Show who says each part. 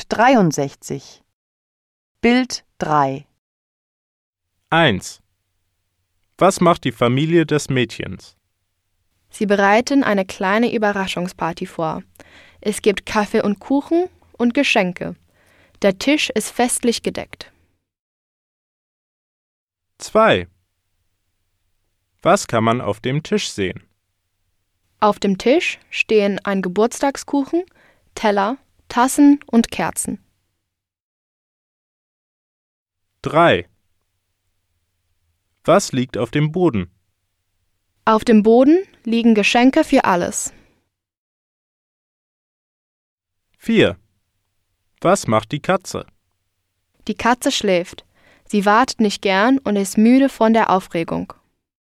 Speaker 1: 1.63 Bild 3
Speaker 2: 1. Was macht die Familie des Mädchens?
Speaker 3: Sie bereiten eine kleine Überraschungsparty vor. Es gibt Kaffee und Kuchen und Geschenke. Der Tisch ist festlich gedeckt.
Speaker 2: 2. Was kann man auf dem Tisch sehen?
Speaker 3: Auf dem Tisch stehen ein Geburtstagskuchen, Teller, Tassen und Kerzen.
Speaker 2: 3. Was liegt auf dem Boden?
Speaker 3: Auf dem Boden liegen Geschenke für alles.
Speaker 2: 4. Was macht die Katze?
Speaker 3: Die Katze schläft. Sie wartet nicht gern und ist müde von der Aufregung.